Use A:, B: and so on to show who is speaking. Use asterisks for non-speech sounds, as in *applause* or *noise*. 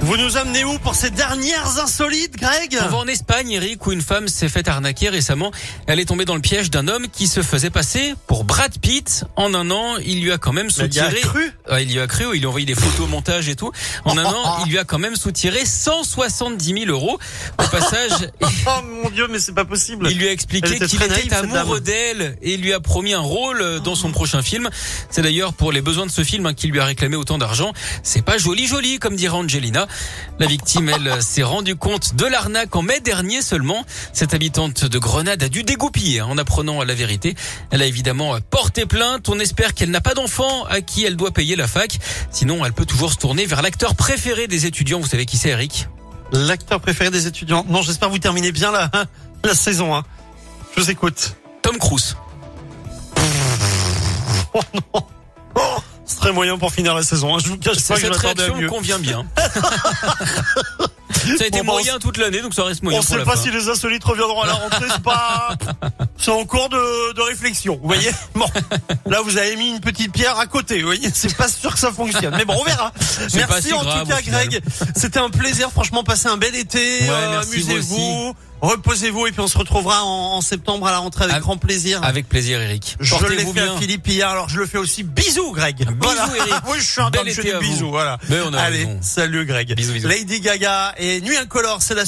A: Vous nous amenez où pour ces dernières insolites, Greg
B: On va en Espagne, Eric, où une femme s'est faite arnaquer récemment. Elle est tombée dans le piège d'un homme qui se faisait passer pour Brad Pitt. En un an, il lui a quand même
A: Mais il y
B: soutiré...
A: a cru *laughs*
B: Ouais, il lui a cru, il lui a envoyé des photos au montage et tout. En un an,
A: *laughs*
B: il lui a quand même soutiré 170 000 euros.
A: *laughs*
B: Au passage,
A: Oh mon dieu, mais c'est pas possible.
B: il lui a
A: Elle
B: expliqué
A: était
B: qu'il
A: très
B: était
A: naïve, cette
B: amoureux
A: dame.
B: d'elle et il lui a promis un rôle euh, dans son prochain film. C'est d'ailleurs pour les besoins de ce film hein, qu'il lui a réclamé autant d'argent. C'est pas joli joli, comme dira Angelina. La victime, elle, euh, s'est rendue compte de l'arnaque en mai dernier seulement. Cette habitante de Grenade a dû dégoupiller hein, en apprenant la vérité. Elle a évidemment euh, porté plainte. On espère qu'elle n'a pas d'enfant à qui elle doit payer la fac. Sinon, elle peut toujours se tourner vers l'acteur préféré des étudiants. Vous savez qui c'est, Eric
A: L'acteur préféré des étudiants. Non, j'espère que vous terminez bien la, *laughs* la saison. hein. Je vous écoute.
B: Tom Cruise.
A: Oh non. Oh, c'est très moyen pour finir la saison. hein. Je vous cache
B: C'est
A: pas que je
B: cette
A: m'attendais à
B: réaction
A: mieux.
B: convient bien. ça a
A: Bon,
B: été
A: bah,
B: moyen toute l'année, donc ça reste moyen
A: On
B: pour
A: sait
B: la
A: pas
B: fin.
A: si les insolites reviendront à la rentrée, c'est
B: *laughs*
A: pas. C'est en cours de, de réflexion, vous voyez Bon, là vous avez mis une petite pierre à côté, vous voyez C'est pas sûr que ça fonctionne, mais bon, on verra.
B: *laughs* C'est pas
A: Merci
B: si
A: en
B: grave,
A: tout cas,
B: au final.
A: Greg. C'était un plaisir, franchement, passez un bel été,
B: Ouais,
A: euh,
B: merci, vous
A: amusez-vous, reposez-vous, et puis on se retrouvera en, en septembre à la rentrée avec
B: Avec-
A: grand plaisir.
B: Avec plaisir, Eric.
A: Je l'ai
B: Ah, Portez-vous
A: fait
B: bien.
A: à Philippe hier, alors je le fais aussi. Bisous, Greg. Bisous,
B: Eric.
A: *laughs* oui, je suis un
B: Bel
A: homme, je
B: été
A: fais des
B: à vous.
A: bisous, voilà.
B: Mais on a
A: Allez,
B: raison.
A: salut, Greg.
B: Bisous, bisous.
A: Lady Gaga et Nuit Incolore, c'est la